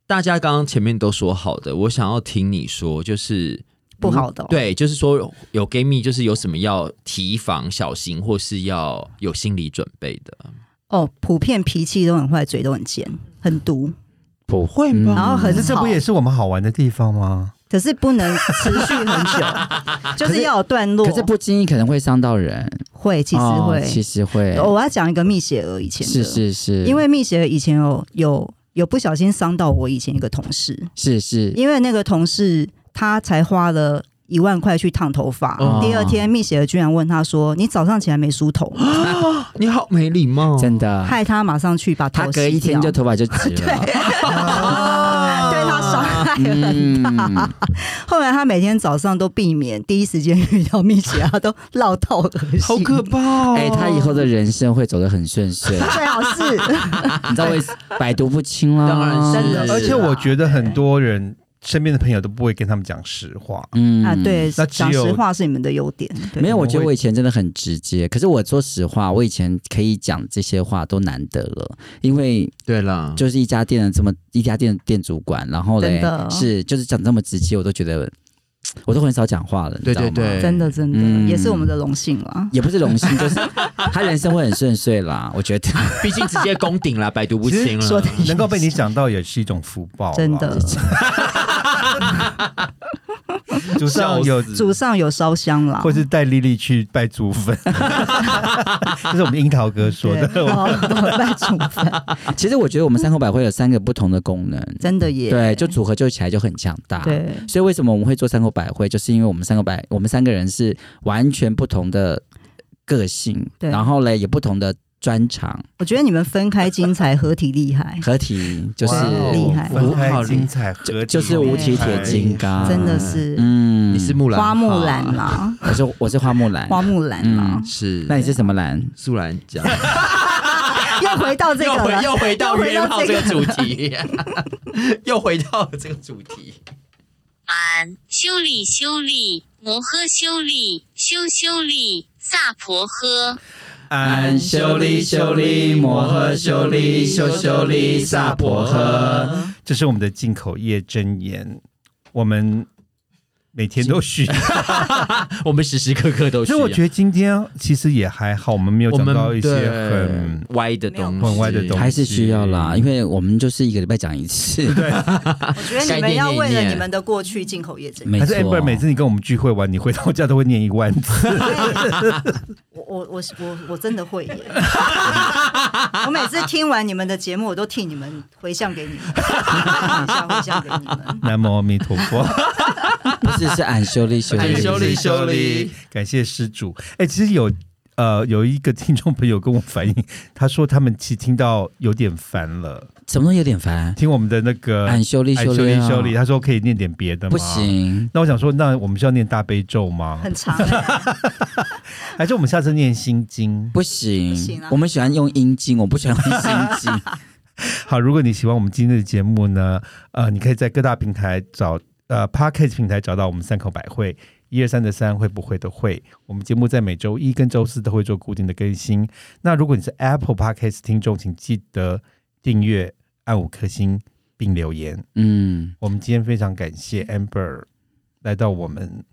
大家刚刚前面都说好的，我想要听你说，就是
不好的哦
对，就是说有 gay 蜜，就是有什么要提防、小心，或是要有心理准备的。
哦，普遍脾气都很坏，嘴都很尖，很毒，
不
会吧
嗯
然后
可
很
是这不
吵
也是我们好玩的地方吗？
可是不能持续很久，就是要有段落。
可是不经意可能会伤到人，
会，其实
哦
会。
其实会，
哦我要讲一个蜜雪儿以前的，
是是是，
因为蜜雪儿以前有有有不小心伤到我以前一个同事，
是是
因为那个同事他才花了。一万块去烫头发，
哦
第二天蜜雪儿居然问他说：“你早上起来没梳头吗
啊
你好没礼貌，
真的？”，
害他马上去把头
他隔一
洗
天
掉
就头发就直了，
对他
哦
伤害很大。
嗯，
后来他每天早上都避免第一时间遇到蜜雪儿，他都绕道而行。
好可怕哦！
哎，他以后的人生会走得很顺 遂，
最好是
嗯你知道为百毒不侵啦，啊
当然是
真的啊
而且我觉得很多人身边的朋友都不会跟他们讲实话。
嗯
啊，对，
那只
讲
有
实话是你们的优点。对
没有，我觉
我会
得我以前真的很直接。可是我说实话，我以前可以讲这些话都难得了，因为
对了，
就是一家店的这么一家店的店主管，然后嘞
真的
是就是讲这么直接，我都觉得我都很少讲话了，你
对
知道
对
吗？
对，
真的真的、
嗯
也是我们的荣幸了。
也不是荣幸，就是 他人生会很顺遂啦，我 觉得。
毕竟直接攻顶了，百毒 不侵了。
能够被你讲到也是一种福报啦，
真的，
祖上有，
祖上有烧香啦，
嗯或是带丽丽去拜祖坟， 这是我们樱桃哥说
对，
的。
哦拜祖坟，
其实我觉得我们三口百惠有三个不同的功能，
真的耶。
对，就组合就起来就很强大。。
对
所以为什么我们会做三口百惠，就是因为我们三口百，我们三个人是完全不同的个性，
对
然后嘞也不同的专长，
我觉得你们分开精彩，合体厉害，
合体就是
哇哦
厉害
分
哇
开
好
精彩，合
就
体
就是五体铁金刚，
真的是
嗯，
你是木兰，
花木兰，啦，
我是我是花木兰，
花木兰啦，
是
那你是什么兰？
素兰 讲，
又回到这
又
个
回
了，
又回到
又回
约
到
炮
这
这
个
个主题， 又回到了这个主题。
满修理修理摩诃修理修修理萨婆诃。
安
修利修利摩诃修利修修利萨婆诃。
这是我们的进口业真言，我们每天都需 要。
我们时时刻刻都需啊
所
要
以我觉得今天其实也还好，我们没有
我
讲
们
到一些
对
很
歪的东西，
很歪的东西
还是需要啦，因为我们就是一个礼拜讲一次，
我觉得你们要为了你们的过去进口业真。
没
还是
错
amber，每次 你跟我们聚会完，你回到家都会念一万 次。
我我我我我真的会耶！我每次听完你们的节目，我都替你们回向给你们，回向回向给你们。
南无阿弥陀佛，
不是是俺修利修利
俺修利修利，
感谢施主。哎，其实有呃有一个听众朋友跟我反映，他说他们其实听到有点烦了，
什么东西有点烦，
听我们的那个
俺修利
哎
修
修
利
理修理，他说可以念点别的吗？
不。行，
那我想说，那我们是要念大悲咒 吗？
很长耶，
还是我们下次念心经？
不行，
不行啊
我们喜欢用阴茎，我不喜欢用心 经。
好，如果你喜欢我们今天的节目呢，呃，你可以在各大平台找呃 Podcast 平台找到我们三口百会。一二三的三会不会的会，我们节目在每周一跟周四都会做固定的更新。那如果你是 Apple Podcast 听众，请记得订阅、按五颗星并留言。
嗯，
我们今天非常感谢 Amber 来到我们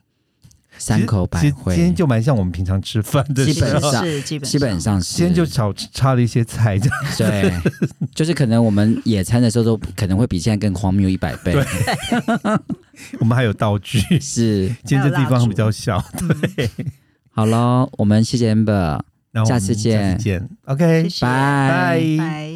三口
其
百
实其实今
会
天，就蛮像我们平常吃饭的
基
时
本
候，
上
是基本
基本上是
今天就少插了一些菜这样。
对， 就是可能我们野餐的时候都可能会比现在更荒谬一百倍，
对我们还有道具，
是。
今天这地方比较小。
好喽，我们谢谢 amber。
然后我们
下次见
下次见，OK，
谢谢
拜
拜。
拜。